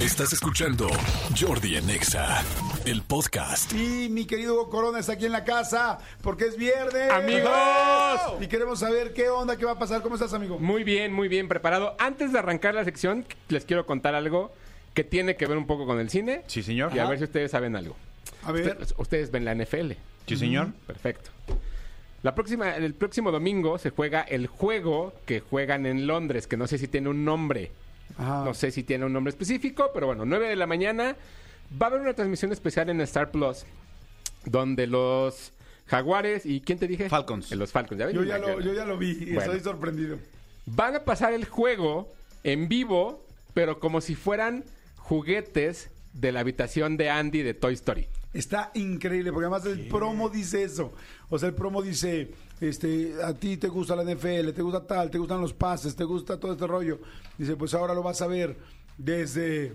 Estás escuchando Jordi en Exa, el podcast. Y mi querido Hugo Corona está aquí en la casa porque es viernes. Amigos. Y queremos saber qué onda, qué va a pasar. ¿Cómo estás, amigo? Muy bien, muy bien preparado. Antes de arrancar la sección, les quiero contar algo que tiene que ver un poco con el cine. Sí, señor. Y a Ajá. ver si ustedes saben algo. A ver. Ustedes, ustedes ven la NFL. Sí, señor. Perfecto. La próxima, el próximo domingo se juega el juego que juegan en Londres, que no sé si tiene un nombre. Ajá. No sé si tiene un nombre específico, pero bueno, 9 de la mañana va a haber una transmisión especial en Star Plus, donde los jaguares y ¿quién te dije? Falcons. Eh, Los Falcons, ya ven? Yo ya, Una- lo, yo ya lo vi y Bueno. estoy sorprendido. Van a pasar el juego en vivo, pero como si fueran juguetes de la habitación de Andy de Toy Story. Está increíble, porque además el promo dice eso. O sea, el promo dice, este, a ti te gusta la NFL, te gusta tal, te gustan los pases, te gusta todo este rollo. Dice, pues ahora lo vas a ver desde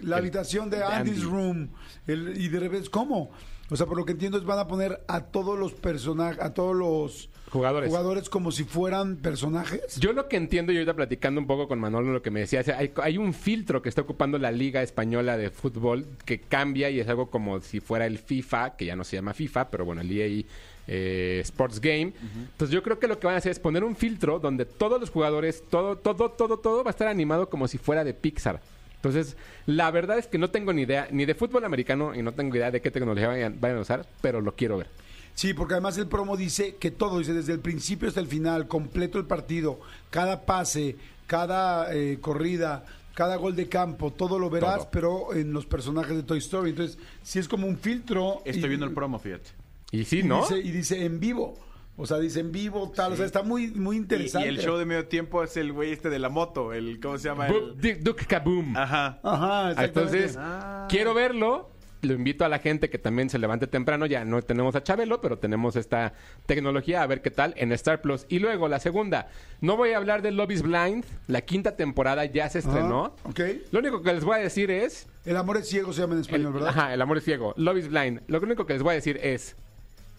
la habitación de de Andy. Andy's Room. El- y de repente, ¿cómo? O sea, por lo que entiendo es van a poner a todos los personajes, a todos los Jugadores. jugadores como si fueran personajes. Yo lo que entiendo, y ahorita platicando un poco con Manolo lo que me decía, o sea, hay, hay un filtro que está ocupando la Liga Española de Fútbol que cambia y es algo como si fuera el FIFA, que ya no se llama FIFA, pero bueno, el EA eh, Sports Game. Entonces yo creo que lo que van a hacer es poner un filtro donde todos los jugadores, todo, todo, todo, todo va a estar animado como si fuera de Pixar. Entonces, la verdad es que no tengo ni idea ni de fútbol americano y no tengo idea de qué tecnología vayan- vayan a usar, pero lo quiero ver. Sí, porque además el promo dice que todo, dice desde el principio hasta el final, completo el partido, cada pase, cada eh, corrida, cada gol de campo, todo lo verás, Todo. pero en los personajes de Toy Story. Entonces, sí es como un filtro. Estoy y- viendo el promo, fíjate. Y sí, y ¿no? Dice, y dice en vivo. O sea, dice en vivo, tal. O sea, está muy, muy Y- interesante. Y, el show de medio tiempo es el güey este de la moto, el ¿cómo se llama? Boop, El... dic, duc, kaboom. Ajá. Ajá, Ah, exactamente. Entonces, quiero verlo. Lo invito a la gente que también se levante temprano. Ya no tenemos a Chabelo, pero tenemos esta tecnología. A ver qué tal en Star Plus. Y luego, la segunda. No voy a hablar de Love is Blind. La quinta temporada ya se Ajá, estrenó. ok. Lo único que les voy a decir es... El amor es ciego se llama en español, el- ¿verdad? Ajá, El amor es ciego. Love is Blind. Lo único que les voy a decir es...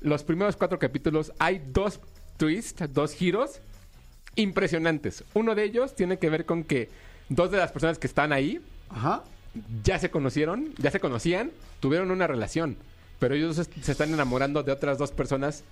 Los primeros cuatro capítulos hay dos twists, dos giros impresionantes. Uno de ellos tiene que ver con que dos de las personas que están ahí Ajá. ya se conocieron, ya se conocían, tuvieron una relación, pero ellos se, se están enamorando de otras dos personas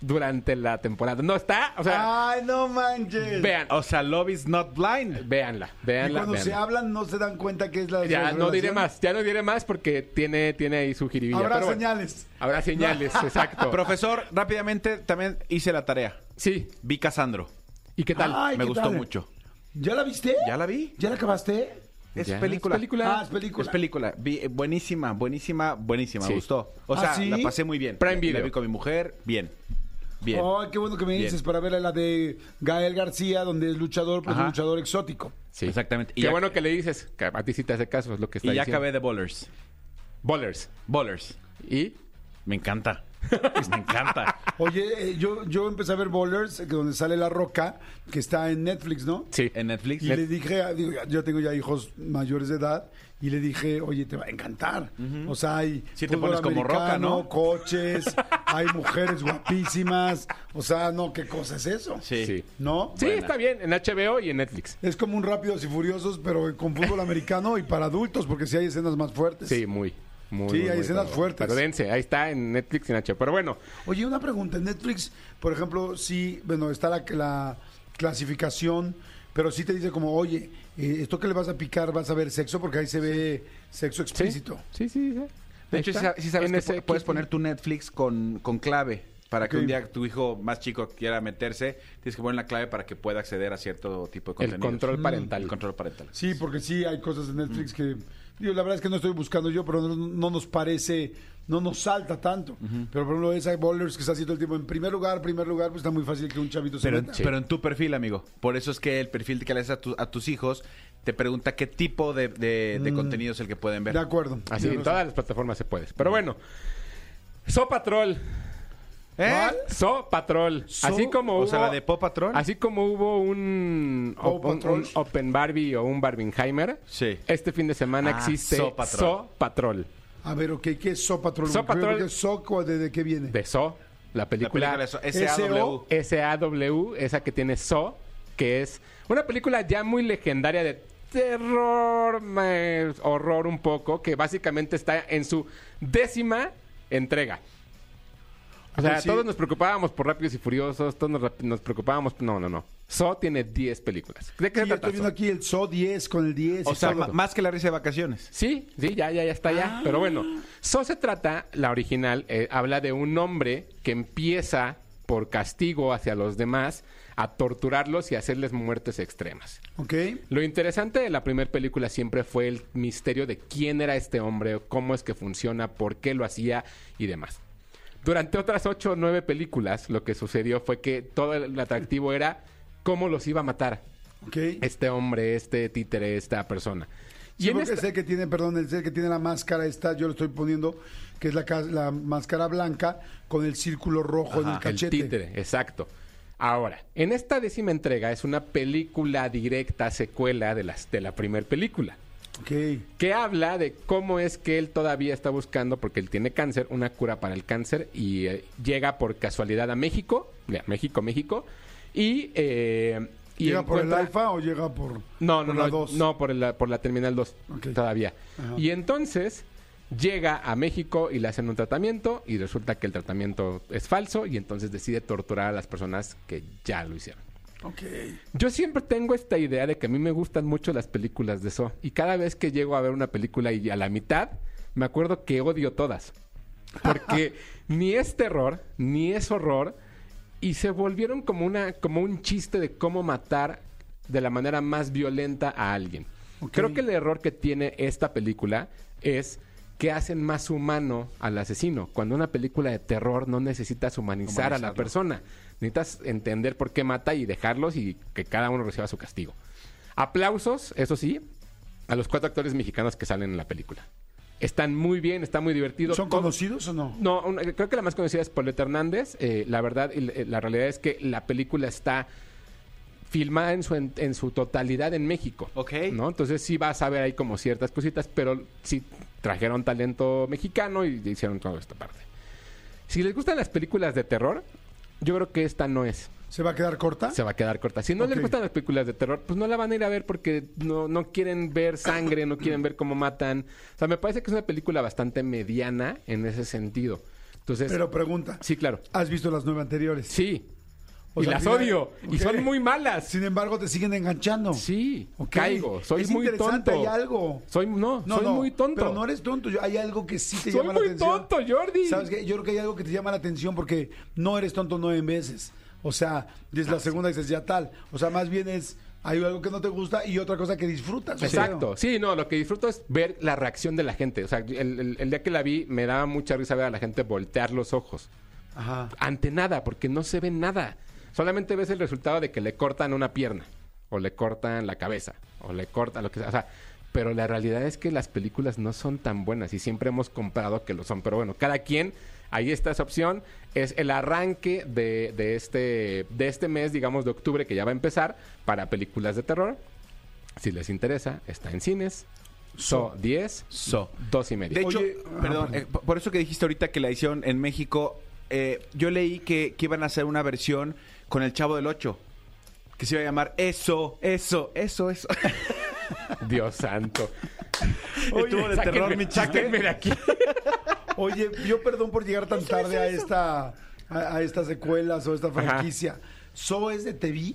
durante la temporada. No está, o sea, Ay, no manches. vean, O sea, Love is not blind. véanla, Y véanla. cuando se véanla. hablan no se dan cuenta que es la Ya no relación. diré más, ya no diré más porque tiene, tiene ahí su jiribilla. Habrá pero bueno, señales. habrá señales, exacto. Profesor, rápidamente también hice la tarea. Sí, Vi Casandro. ¿y qué tal? Ay, Me ¿qué gustó tal? mucho. ¿Ya la viste? Ya la vi. ¿Ya la acabaste? Es Ya, película. es película. Ah, es película. Es película. Vi- eh, buenísima, buenísima, buenísima. Sí. Me gustó. O ¿Ah, sea, sí? la pasé muy bien. Prime La- Video. La vi con mi mujer. Bien. Bien. Ay, qué bueno que me Bien. dices para ver la de Gael García, donde es luchador, pero es un Ajá. luchador exótico. Sí. Exactamente. Y Qué ya- bueno que le dices, que a ti sí te hace caso, es lo que está y ya diciendo. acabé de Bowlers. Bowlers. Bowlers. Y Me encanta. Me encanta. Oye, eh, yo, yo empecé a ver Bowlers, que donde sale La Roca, que está en Netflix, ¿no? sí. En Netflix. Y le dije, a- digo, ya- yo tengo ya hijos mayores de edad, y le dije, oye, te va a encantar. O sea, hay Sí te fútbol pones como roca, ¿no? americano, coches, hay mujeres guapísimas. O sea, no, ¿qué cosa es eso? Sí. Sí. ¿No? Sí, está bien, en HBO y en Netflix. Es como un Rápidos y Furiosos, pero con fútbol americano y para adultos, porque sí hay escenas más fuertes. Sí, muy. Muy, Sí, hay muy, muy escenas pero- fuertes. Pero dense, ahí está en Netflix y en HBO. Pero bueno, Oye, una pregunta. En Netflix, por ejemplo, sí, bueno, está la, la clasificación, pero sí te dice como, oye, eh, esto que le vas a picar, vas a ver sexo, porque ahí se ve sexo explícito. Sí, sí, sí. De hecho, si sa- si sabes que pu- puedes poner tu Netflix con, con clave para que Ok. un día tu hijo más chico quiera meterse, tienes que poner la clave para que pueda acceder a cierto tipo de el contenido. control parental. El control parental. Sí, porque sí hay cosas en Netflix que... Digo, la verdad es que no estoy buscando yo, pero no, no nos parece, no nos salta tanto. Pero por ejemplo, esa Bowlers que está haciendo el tiempo en primer lugar, primer lugar, pues está muy fácil que un chavito se Pero, meta. en- pero en tu perfil, amigo. Por eso es que el perfil que le haces a, tu- a tus hijos te pregunta qué tipo de, de- de contenido es el que pueden ver. Mm. De acuerdo. Así, en todas las plataformas se puede. Pero bueno, So Patrol. ¿Eh? So Patrol. So- así como O sea, hubo- la de Paw Patrol. Así como hubo un, Paw op- un- Patrol. un Open Barbie o un Barbenheimer, Sí. este fin de semana Ah, existe So So Patrol. Patrol. A ver, ok, ¿qué es So Patrol? So Porque yo creo Patrol- que es So, ¿cu- ¿de, de qué viene? De So, la La película, película de SAW. S.A.W., esa que tiene So, que es una película ya muy legendaria de terror, me- horror un poco, que básicamente está en su décima entrega. O sea, Pues sí. todos nos preocupábamos por Rápidos y Furiosos, todos nos, rap- nos preocupábamos... No, no, no. So tiene 10 películas. ¿De qué Sí, se yo trata estoy viendo Saw? aquí el SO 10 con el 10. O sea, Está- ma- más que la risa de vacaciones. Sí, sí, ya, ya, ya está ya. Pero bueno, So se trata, la original, eh, habla de un hombre que empieza por castigo hacia los demás a torturarlos y hacerles muertes extremas. ok. Lo interesante de la primera película siempre fue el misterio de quién era este hombre, cómo es que funciona, por qué lo hacía y demás. Durante otras ocho o nueve películas, lo que sucedió fue que todo el atractivo era cómo los iba a matar Ok. este hombre, este títere, esta persona. Y en este- esta- el que tiene, perdón, el ser que tiene la máscara esta, yo lo estoy poniendo, que es la, ca- la máscara blanca con el círculo rojo en el Ajá, cachete. títere, exacto. Ahora, en esta décima entrega es una película directa, secuela de, las, de la primera película, Ok. que habla de cómo es que él todavía está buscando, porque él tiene cáncer, una cura para el cáncer y eh, llega por casualidad a México, a México, México, y... eh, y ¿Llega por el encuentra- alfa o llega por, no, por no, la no, 2? no, por la, por la Terminal 2 Ok. todavía. Ajá. Y entonces llega a México y le hacen un tratamiento y resulta que el tratamiento es falso y entonces decide torturar a las personas que ya lo hicieron. Ok. Yo siempre tengo esta idea de que a mí me gustan mucho las películas de Saw y cada vez que llego a ver una película y a la mitad me acuerdo que odio todas. Porque ni es terror, ni es horror y se volvieron como una como un chiste de cómo matar de la manera más violenta a alguien. Ok. Creo que el error que tiene esta película es que hacen más humano al asesino. Cuando una película de terror no necesitas humanizar a la Humanizarlo. persona, necesitas entender por qué mata y dejarlos y que cada uno reciba su castigo. Aplausos, eso sí, a los cuatro actores mexicanos que salen en la película. Están muy bien, está muy divertido. ¿Son Todo- conocidos o no? no, una- creo que la más conocida es Paulette Hernández. Eh, la verdad, y la- la realidad es que la película está filmada en su, en, en su totalidad en México. Ok. ¿no? Entonces sí vas a ver ahí como ciertas cositas, pero sí trajeron talento mexicano y hicieron toda esta parte. Si les gustan las películas de terror, yo creo que esta no es. ¿Se va a quedar corta? Se va a quedar corta. Si no Ok. les gustan las películas de terror, pues no la van a ir a ver porque no, no quieren ver sangre, no quieren ver cómo matan. O sea, me parece que es una película bastante mediana en ese sentido. Entonces, Pero pregunta. sí, claro. ¿Has visto las nueve anteriores? Sí. O y sea, las mira, odio. Y ok. son muy malas. Sin embargo, te siguen enganchando. Sí, Ok. caigo. Soy Es muy interesante, tonto. hay algo. Soy, no, No, soy no, muy tonto. Pero no eres tonto. yo- hay algo que sí te soy llama la muy atención. tonto, Jordi. ¿Sabes qué? Yo creo que hay algo que te llama la atención porque no eres tonto nueve veces. O sea, desde Ah, la segunda dices ya tal. O sea, más bien es hay algo que no te gusta y otra cosa que disfrutas. o sea, Exacto. Sí, no, lo que disfruto es ver la reacción de la gente. O sea, el, el- el día que la vi me daba mucha risa ver a la gente voltear los ojos. Ajá. Ante nada, porque no se ve nada. Solamente ves el resultado de que le cortan una pierna, o le cortan la cabeza, o le cortan lo que sea. O sea, pero la realidad es que las películas no son tan buenas y siempre hemos comprado que lo son. Pero bueno, cada quien, ahí está esa opción. Es el arranque de, de este, de este mes, digamos, de octubre que ya va a empezar para películas de terror. Si les interesa, está en cines. So 10, So. dos y media. De hecho, Oye, ah, perdón, perdón. eh, p- por eso que dijiste ahorita que la hicieron en México, eh, yo leí que, que iban a hacer una versión con el Chavo del 8. Que se iba a llamar Eso, Eso, Eso, Eso. Dios santo. Estuvo de Sáquenme- terror mi chiste. sáquenme de aquí. Oye, yo perdón por llegar tan tarde a esta a, a estas secuelas o esta franquicia. ¿So es de TV?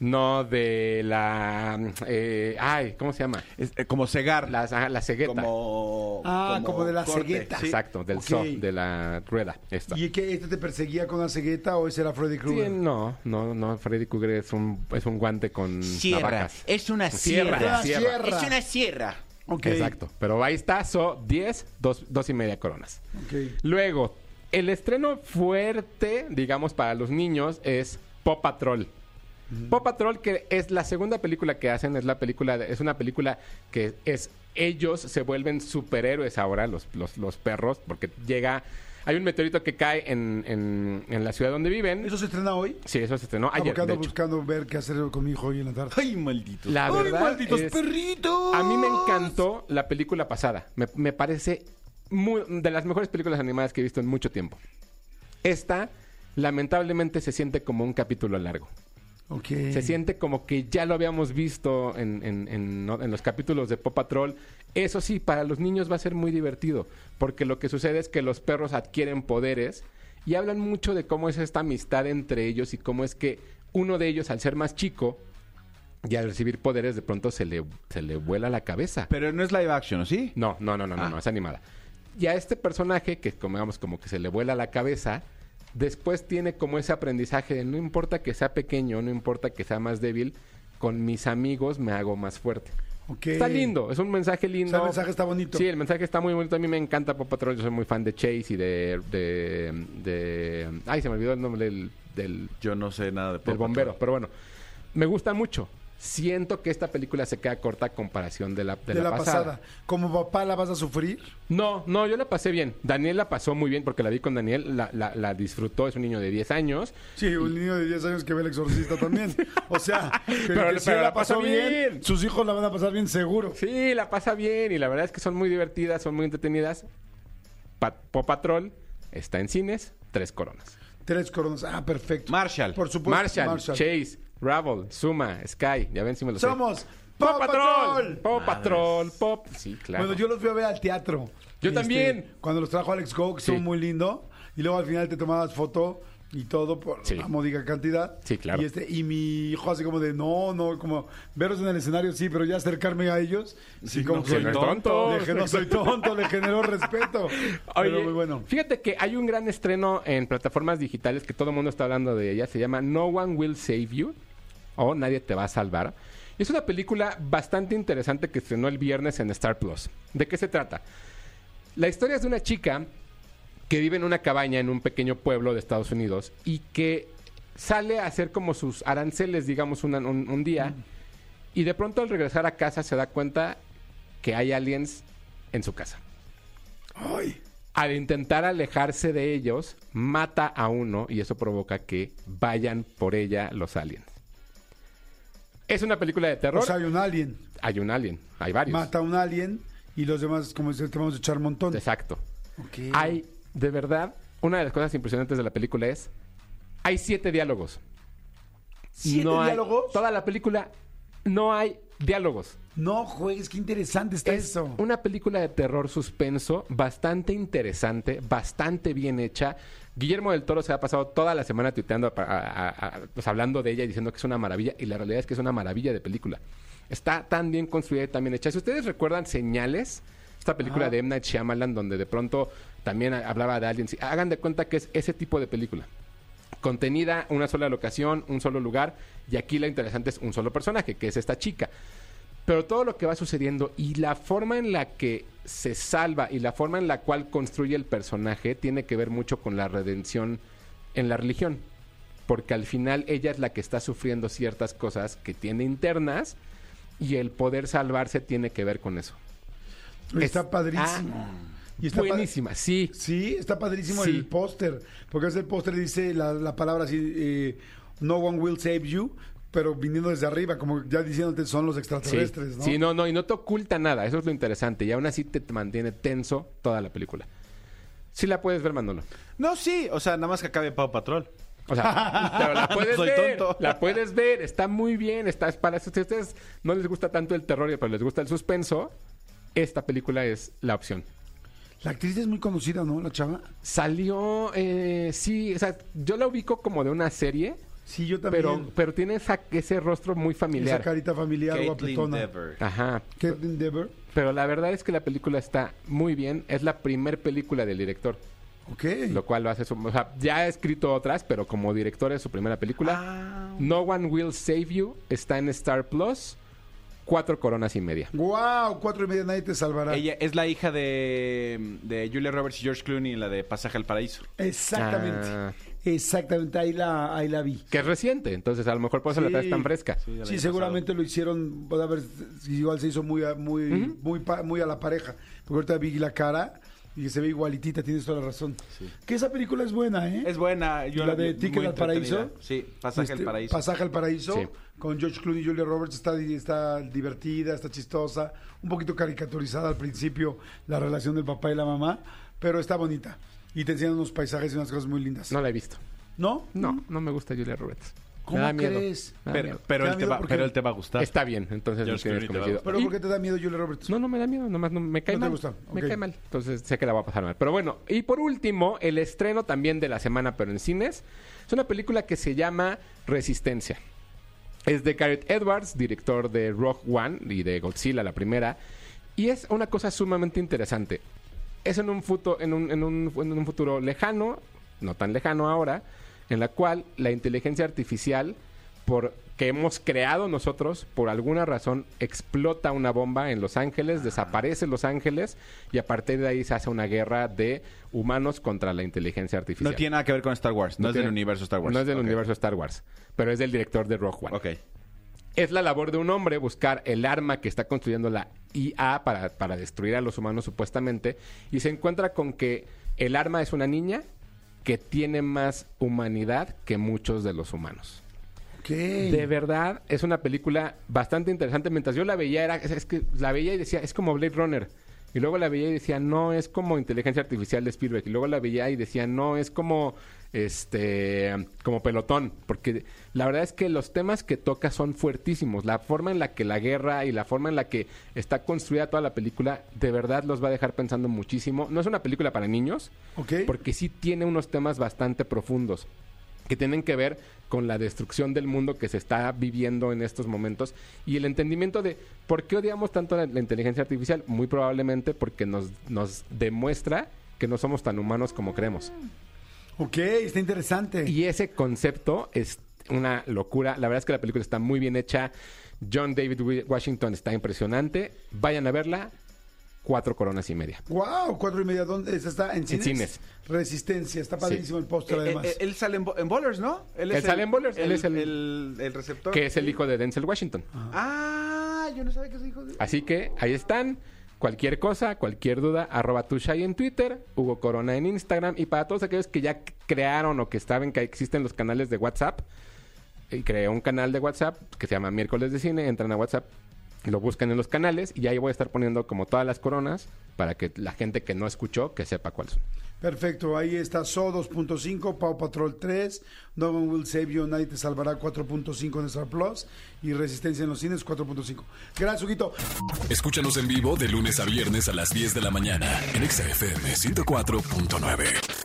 No, de la. mm, eh, ay, ¿cómo se llama? Es, eh, como cegar. La, ajá, la cegueta. Como, Ah, como de la cegueta. Exacto, del Ok. zoo, de la rueda. Esta. ¿Y que este te perseguía con la cegueta o ese era Freddy Sí, Krueger? no, no, no. Freddy Krueger es un, es un guante con navajas. Es una Sierra. Era Sierra. Sierra. sierra. Ok, Exacto. Pero ahí está, so 10, 2 y media coronas. ok. Luego, el estreno fuerte, digamos, para los niños es Paw Patrol. Paw Patrol, que es la segunda película que hacen, es la película, de- es una película que es ellos se vuelven superhéroes ahora, los, los, los perros, porque llega, hay un meteorito que cae en, en- en la ciudad donde viven. ¿Eso se estrena hoy? sí, eso se estrenó Ah, ayer. porque ando de hecho. buscando ver qué hacer con mi hijo hoy en la tarde. Ay, malditos. La verdad Ay, malditos es- perritos. A mí me encantó la película pasada. Me, me parece muy- de las mejores películas animadas que he visto en mucho tiempo. Esta, lamentablemente, se siente como un capítulo largo. Ok. Se siente como que ya lo habíamos visto en, en- en- ¿no? en los capítulos de Paw Patrol. Eso sí, para los niños va a ser muy divertido, porque lo que sucede es que los perros adquieren poderes y hablan mucho de cómo es esta amistad entre ellos y cómo es que uno de ellos, al ser más chico y al recibir poderes, de pronto se le, se le vuela la cabeza. Pero no es live action, ¿o sí? No, no, no, no, no, Ah. no, es animada. Y a este personaje, que como digamos como que se le vuela la cabeza, después tiene como ese aprendizaje de no importa que sea pequeño, no importa que sea más débil, con mis amigos me hago más fuerte. Ok. Está lindo, es un mensaje lindo. O sea, el mensaje está bonito. Sí, el mensaje está muy bonito. A mí me encanta Paw Patrol. Yo soy muy fan de Chase y de. de, de- ay, se me olvidó el nombre del, del Yo no sé nada de del Paw Patrol. bombero. Pero bueno, me gusta mucho. Siento que esta película se queda corta a comparación de la, de De, la la, pasada. Como papá la vas a sufrir. No, no, yo la pasé bien. Daniel la pasó muy bien porque la vi con Daniel, la, la- la disfrutó, es un niño de 10 años. Sí, un niño de 10 años que ve el exorcista también. O sea, que, Pero- que si pero él la pasa bien. sus hijos la van a pasar bien seguro. Sí, la pasa bien y la verdad es que son muy divertidas, son muy entretenidas. Pa Paw Patrol está en cines, tres coronas. Tres coronas. Ah, perfecto. Marshall. Por supuesto. Marshall, Chase, Ravel, Suma, Sky, ya ven si me lo sé. Somos Paw Paw Patrol. Patrol, Paw Patrol, Pop. Sí, claro. Bueno, yo los fui a ver al teatro. Este, Yo también. Cuando los trajo Alex Go, que Sí. estuvo muy lindo. Y luego al final te tomabas foto y todo por Sí. una módica cantidad. Sí, claro. Y, este, y mi hijo así como de, no, no, como verlos en el escenario, sí, pero ya acercarme a ellos. Sí, como no soy le- tonto. Le, no soy tonto, le generó respeto. Oye, pero muy bueno. Fíjate que hay un gran estreno en plataformas digitales que todo el mundo está hablando de ella. Se llama No One Will Save You o Nadie Te Va a Salvar. Y es una película bastante interesante que estrenó el viernes en Star Plus. ¿De qué se trata? La historia es de una chica que vive en una cabaña en un pequeño pueblo de Estados Unidos y que sale a hacer como sus aranceles, digamos, una- un, un día. Mm. Y de pronto al regresar a casa se da cuenta que hay aliens en su casa Ay, al intentar alejarse de ellos, mata a uno y eso provoca que vayan por ella los aliens. Es una película de terror. o sea, hay un alien. hay un alien, hay varios. Mata a un alien y los demás, como dice, te vamos a echar montón. Exacto. Ok. Hay, de verdad, una de las cosas impresionantes de la película es, hay siete diálogos. ¿Siete No hay- diálogos? Toda la película no hay diálogos. No juegues, qué interesante está es eso. Una película de terror suspenso bastante interesante, bastante bien hecha. Guillermo del Toro se ha pasado toda la semana tuiteando, a- a- a- pues, hablando de ella y diciendo que es una maravilla. Y la realidad es que es una maravilla de película. Está tan bien construida y tan bien hecha. Si ustedes recuerdan Señales, esta película de M. Night Shyamalan, donde de pronto también a- hablaba de aliens, hagan de cuenta que es ese tipo de película contenida, una sola locación, un solo lugar, y aquí lo interesante es un solo personaje, que es esta chica. Pero todo lo que va sucediendo y la forma en la que se salva y la forma en la cual construye el personaje tiene que ver mucho con la redención en la religión. Porque al final ella es la que está sufriendo ciertas cosas que tiene internas y el poder salvarse tiene que ver con eso. está es- padrísimo. y está padr- Buenísima, sí. Sí, está padrísimo Ah, Sí. el póster. Porque ese póster dice la, la palabra así: eh, No one will save you. Pero viniendo desde arriba, como ya diciéndote, son los Sí. extraterrestres, ¿no? Sí, no, no, y no te oculta nada, eso es lo interesante, y aún así te mantiene tenso toda la película. Sí la puedes ver, Manolo. No, sí, o sea, nada más que acabe Paw Patrol. O sea, pero la puedes Soy ver, tonto. la puedes ver, está muy bien, está es para si a ustedes no les gusta tanto el terror, pero les gusta el suspenso, esta película es la opción. La actriz es muy conocida, ¿no? La chava. Salió, eh, sí, o sea, yo la ubico como de una serie, Sí, yo también. pero, pero tiene esa- ese rostro muy Esa familiar. carita familiar, Caitlin guapetona. Dever. Ajá, Caitlin Dever. pero la verdad es que la película está muy bien, es la primer película del director. Ok. lo cual lo hace su, o sea, ya ha escrito otras, pero como director de su primera película, Ah. No One Will Save You está en Star Plus, cuatro coronas y media. ¡Wow! Cuatro y media, nadie te salvará. Ella es la hija de, de Julia Roberts y George Clooney en la de Pasaje al Paraíso. Exactamente. Ah. Exactamente, ahí la, ahí la vi. Que es reciente, entonces a lo mejor por eso la Sí. traes tan fresca. del Sí, año seguramente lo hicieron, puede haber- igual se hizo muy, a- muy, muy, pa- muy a la pareja. Porque ahorita vi la cara y se ve igualitita, tienes toda la razón. Que esa película es buena, ¿eh? Es buena. Yo ¿La vi de Ticket muy al Paraíso? entretenida. Sí, Pasaje al Este, Paraíso. Pasaje al Paraíso, Sí. con George Clooney y Julia Roberts, está, di- está divertida, está chistosa, un poquito caricaturizada al principio la relación del papá y la mamá, pero está bonita. Y te enseñan unos paisajes y unas cosas muy lindas. No la he visto. ¿No? No, no me gusta Julia Roberts. ¿Cómo da miedo. crees? Me da Pero, miedo. pero ¿Te da él te miedo va, por qué? pero él te va a gustar. Está bien, entonces Yo me estoy tienes ahorita convencido. ¿Pero Y- por qué te da miedo Julia Roberts? No, no me da miedo, nomás no, me cae No te mal. gusta, Me ok. cae mal. Entonces sé que la va a pasar mal. Pero bueno, y por último, el estreno también de la semana, pero en cines. Es una película que se llama Resistencia. Es de Garrett Edwards, director de Rock One y de Godzilla, la primera. Y es una cosa sumamente interesante. Es en un, futo- en un, en un- en un futuro lejano, no tan lejano ahora, en la cual la inteligencia artificial por, que hemos creado nosotros, por alguna razón, explota una bomba en Los Ah. Ángeles, desaparece Los Ángeles y a partir de ahí se hace una guerra de humanos contra la inteligencia artificial. No tiene nada que ver con Star Wars. No, es tiene- del universo Star Wars. No es del Ok. universo Star Wars, pero es del director de Rock One. Ok. Es la labor de un hombre buscar el arma que está construyendo la IA para, para destruir a los humanos supuestamente y se encuentra con que el arma es una niña que tiene más humanidad que muchos de los humanos. ¿Qué? De verdad, es una película bastante interesante. Mientras yo la veía, era, es es que la veía y decía, es como Blade Runner. Y luego la veía y decía, no, es como inteligencia artificial de Spielberg. Y luego la veía y decía, no, es como este como pelotón. Porque la verdad es que los temas que toca son fuertísimos. La forma en la que la guerra y la forma en la que está construida toda la película, de verdad los va a dejar pensando muchísimo. No es una película para niños ¿Ok? porque sí tiene unos temas bastante profundos que tienen que ver con la destrucción del mundo que se está viviendo en estos momentos y el entendimiento de por qué odiamos tanto la, la inteligencia artificial, muy probablemente porque nos, nos demuestra que no somos tan humanos como creemos. Ok, está interesante. Y ese concepto es una locura. La verdad es que la película está muy bien hecha. John David Wi- Washington está impresionante. Vayan a verla. Cuatro coronas y media. Wow, cuatro y media. ¿Dónde Esa está? ¿En cines? cines. Resistencia. Está padrísimo el póster, Eh, además. eh, él sale en, bo- en Bowlers, ¿no? Él sale en Bowlers, él es el- el, el receptor. Que es el hijo de Denzel Washington. Ah, yo no sabía que es hijo de... Así que ahí están. Cualquier cosa, cualquier duda, arroba tushai en Twitter, Hugo Corona en Instagram. Y para todos aquellos que ya crearon o que saben que existen los canales de WhatsApp, y creé un canal de WhatsApp que se llama Miércoles de Cine, entran a WhatsApp, lo buscan en los canales y ahí voy a estar poniendo como todas las coronas para que la gente que no escuchó que sepa cuáles son. Perfecto, ahí está So 2.5, Paw Patrol 3, No One Will Save You, Nadie Te Salvará 4.5 en Star Plus y Resistencia en los cines 4.5. Gracias, Huguito. Escúchanos en vivo de lunes a viernes a las 10 de la mañana en Exa FM 104.9.